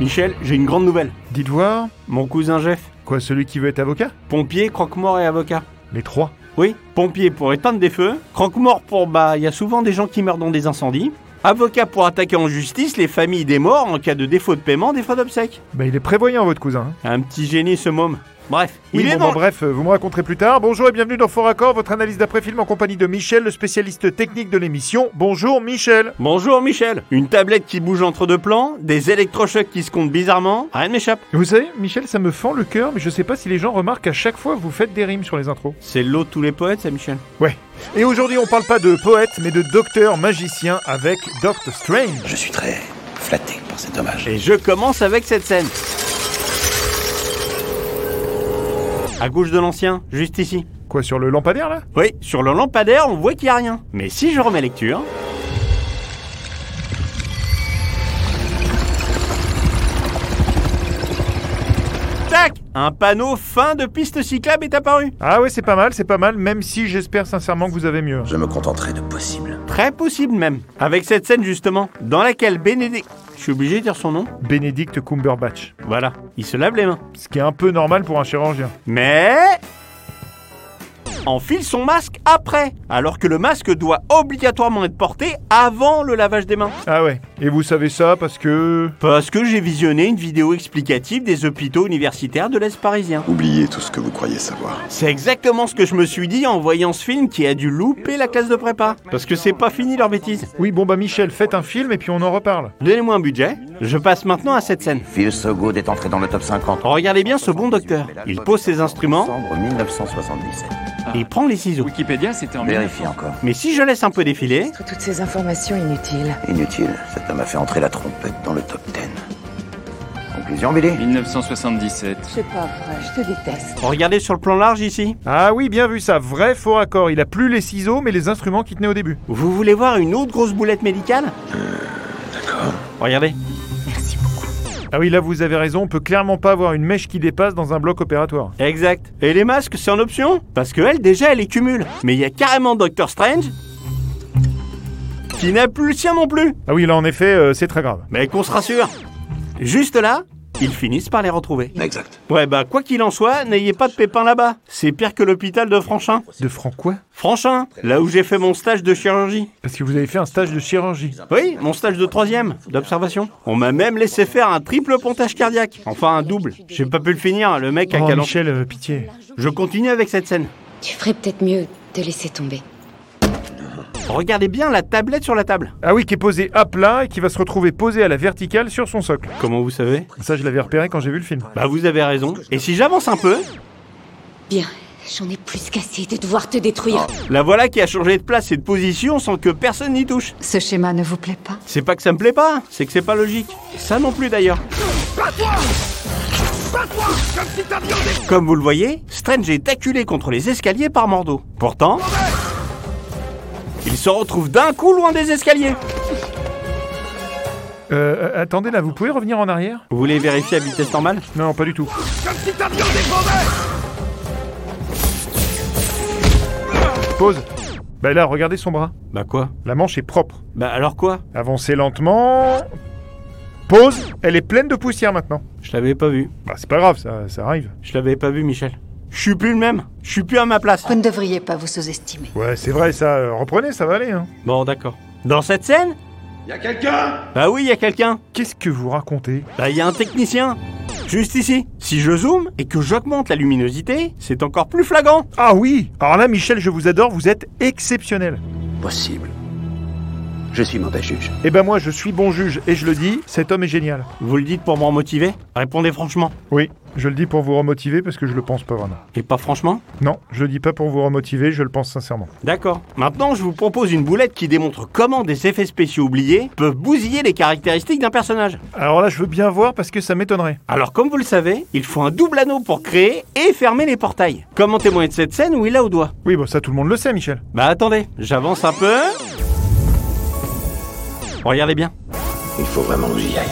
Michel, j'ai une grande nouvelle. Dites voir, Mon cousin Jeff, quoi, celui qui veut être avocat pompier, croque-mort et avocat. Les trois. Oui, pompier pour éteindre des feux, croque-mort pour bah, il y a souvent des gens qui meurent dans des incendies, avocat pour attaquer en justice les familles des morts en cas de défaut de paiement des frais d'obsèques. Bah, il est prévoyant, votre cousin. hein. Un petit génie ce môme. Bref, Oui, il est bon, dans bah, bref, euh, vous me raconterez plus tard. Bonjour et bienvenue dans Fort Accord, votre analyse d'après-film en compagnie de Michel, le spécialiste technique de l'émission. Bonjour, Michel. Bonjour Michel Une tablette qui bouge entre deux plans, des électrochocs qui se comptent bizarrement, rien ne m'échappe. Vous savez, Michel, ça me fend le cœur, mais je sais pas si les gens remarquent à chaque fois que vous faites des rimes sur les intros. C'est l'eau de tous les poètes ça Michel Ouais. Et aujourd'hui, on parle pas de poète, mais de docteur magicien avec Doctor Strange. Je suis très flatté par cet hommage. Et je commence avec cette scène. À gauche de l'ancien, juste ici. Quoi, sur le lampadaire, là Oui, sur le lampadaire, on voit qu'il n'y a rien. Mais si je remets lecture, tac, un panneau fin de piste cyclable est apparu. Ah ouais, c'est pas mal, c'est pas mal, même si j'espère sincèrement que vous avez mieux. hein. Je me contenterai de possible. Très possible même. Avec cette scène justement, dans laquelle Bénédicte... Je suis obligé de dire son nom Benedict Cumberbatch. Voilà, il se lave les mains. Ce qui est un peu normal pour un chirurgien. Mais... Enfile son masque après, alors que le masque doit obligatoirement être porté avant le lavage des mains. Ah ouais. Et vous savez ça parce que... Parce que j'ai visionné une vidéo explicative des hôpitaux universitaires de l'Est parisien. Oubliez tout ce que vous croyez savoir. C'est exactement ce que je me suis dit en voyant ce film qui a dû louper la classe de prépa. Parce que c'est pas fini leur bêtise. Oui, bon bah Michel, faites un film et puis on en reparle. Donnez-moi un budget, je passe maintenant à cette scène. Phil Sogood est entré dans le top 50. Regardez bien ce bon docteur. Il pose ses instruments, Décembre 1977. il prend les ciseaux. Wikipédia, c'était en Vérifie encore. Mais si je laisse un peu défiler, Entre toutes ces informations inutiles. Inutile, cet homme a fait entrer la trompette dans le top 10. Conclusion, Billy 1977. C'est pas vrai, je te déteste. regardez sur le plan large ici. Ah oui, bien vu ça, vrai faux raccord. Il a plus les ciseaux mais les instruments qu'il tenait au début. Vous voulez voir une autre grosse boulette médicale D'accord. Regardez. Merci beaucoup. Ah oui, là vous avez raison, on peut clairement pas avoir une mèche qui dépasse dans un bloc opératoire. Exact. Et les masques, c'est en option Parce que elle, déjà, elle les cumule. Mais il y a carrément Doctor Strange qui n'a plus le sien non plus. Ah oui, là en effet, euh, c'est très grave. Mais qu'on se rassure. Juste là, ils finissent par les retrouver. Exact. Ouais, bah, quoi qu'il en soit, n'ayez pas de pépins là-bas. C'est pire que l'hôpital de Franchin. De franc quoi Franchin, là où j'ai fait mon stage de chirurgie. Parce que vous avez fait un stage de chirurgie. Oui, mon stage de troisième, d'observation. On m'a même laissé faire un triple pontage cardiaque. Enfin, un double. J'ai pas pu le finir, le mec a Oh, calan. Michel, euh, pitié. Je continue avec cette scène. Tu ferais peut-être mieux de laisser tomber. Regardez bien la tablette sur la table. Ah oui, qui est posé à plat et qui va se retrouver posé à la verticale sur son socle. Comment vous savez Ça, je l'avais repéré quand j'ai vu le film. Bah vous avez raison. Et si j'avance un peu, Bien, j'en ai plus qu'assez de devoir te détruire. la voilà qui a changé de place et de position sans que personne n'y touche. Ce schéma ne vous plaît pas C'est pas que ça me plaît pas, c'est que c'est pas logique. Ça non plus d'ailleurs. Comme vous le voyez, Strange est acculé contre les escaliers par Mordo. Pourtant, il se retrouve d'un coup loin des escaliers. Euh, euh, attendez là, vous pouvez revenir en arrière Vous voulez vérifier à vitesse normale Non, pas du tout. Pause. Bah là, regardez son bras. Bah quoi La manche est propre. Bah alors quoi Avancez lentement. Pause. Elle est pleine de poussière maintenant. Je l'avais pas vu. Bah c'est pas grave, ça, ça arrive. Je l'avais pas vu, Michel. Je suis plus le même. Je suis plus à ma place. Vous ne devriez pas vous sous-estimer. Ouais, c'est vrai, ça. euh, reprenez, ça va aller. Hein. Bon, d'accord. Dans cette scène Y'a quelqu'un Bah oui, y'a quelqu'un. Qu'est-ce que vous racontez Bah, il y a un technicien. Juste ici. Si je zoome et que j'augmente la luminosité, c'est encore plus flagrant. Ah oui Alors là, Michel, je vous adore, vous êtes exceptionnel. Possible. Je suis mauvais juge. Eh ben moi, je suis bon juge et je le dis, cet homme est génial. Vous le dites pour m'en motiver Répondez franchement. Oui, je le dis pour vous remotiver parce que je le pense pas vraiment. Et pas franchement Non, je le dis pas pour vous remotiver, je le pense sincèrement. D'accord. Maintenant, je vous propose une boulette qui démontre comment des effets spéciaux oubliés peuvent bousiller les caractéristiques d'un personnage. Alors là, je veux bien voir parce que ça m'étonnerait. Alors, comme vous le savez, il faut un double anneau pour créer et fermer les portails. Comme en témoigne cette scène où il a au doigt. Oui, bon, ça tout le monde le sait, Michel. Bah attendez, j'avance un peu. Regardez bien. Il faut vraiment que j'y aille.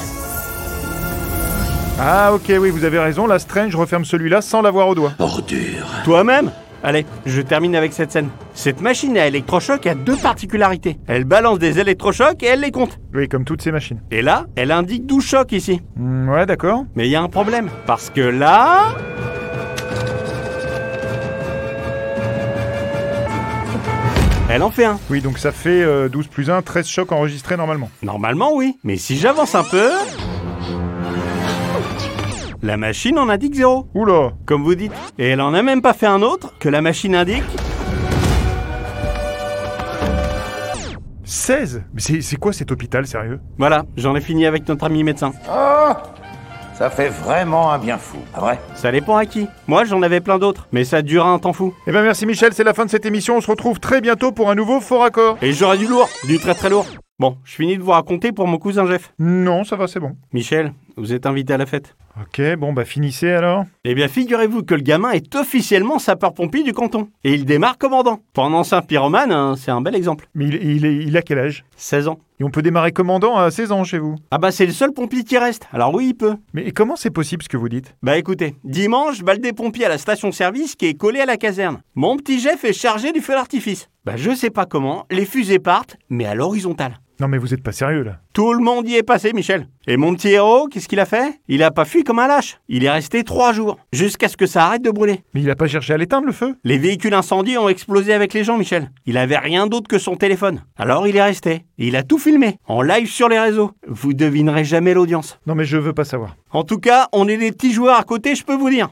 Ah ok, oui, vous avez raison, la Strange referme celui-là sans l'avoir au doigt. Ordure. Toi-même Allez, je termine avec cette scène. Cette machine à électrochoc a deux particularités. Elle balance des électrochocs et elle les compte. Oui, comme toutes ces machines. Et là, elle indique 12 chocs ici. Hmm, ouais, d'accord. Mais il y a un problème. Parce que là... Elle en fait un. Oui, donc ça fait euh, 12 plus 1, 13 chocs enregistrés normalement. Normalement, oui. Mais si j'avance un peu... La machine en indique zéro. Oula comme vous dites. Et elle en a même pas fait un autre que la machine indique. 16 Mais c'est c'est quoi cet hôpital, sérieux Voilà, j'en ai fini avec notre ami médecin. Ah Ça fait vraiment un bien fou, Ah pas vrai Ça dépend à qui. Moi, j'en avais plein d'autres, mais ça dure un temps fou. Eh ben merci Michel, c'est la fin de cette émission. On se retrouve très bientôt pour un nouveau Fort Accord. Et j'aurais du lourd, du très très lourd. Bon, je finis de vous raconter pour mon cousin Jeff. Non, ça va, c'est bon. Michel, vous êtes invité à la fête. Ok, bon, bah finissez alors. Eh bien, figurez-vous que le gamin est officiellement sapeur-pompier du canton. Et il démarre commandant. Pendant un pyromane, hein, c'est un bel exemple. Mais il, il est- il a quel âge 16 ans. Et on peut démarrer commandant à 16 ans chez vous. Ah bah, c'est le seul pompier qui reste. Alors oui, il peut. Mais comment c'est possible ce que vous dites Bah écoutez, dimanche, bal des pompiers à la station-service qui est collée à la caserne. Mon petit Jeff est chargé du feu d'artifice. Bah je sais pas comment, les fusées partent, mais à l'horizontale. Non mais vous êtes pas sérieux là. Tout le monde y est passé, Michel. Et mon petit héros, qu'est-ce qu'il a fait Il a pas fui comme un lâche. Il est resté trois jours, jusqu'à ce que ça arrête de brûler. Mais il a pas cherché à l'éteindre le feu Les véhicules incendiés ont explosé avec les gens, Michel. Il avait rien d'autre que son téléphone. Alors il est resté. Et il a tout filmé, en live sur les réseaux. Vous devinerez jamais l'audience. Non mais je veux pas savoir. En tout cas, on est des petits joueurs à côté, je peux vous dire.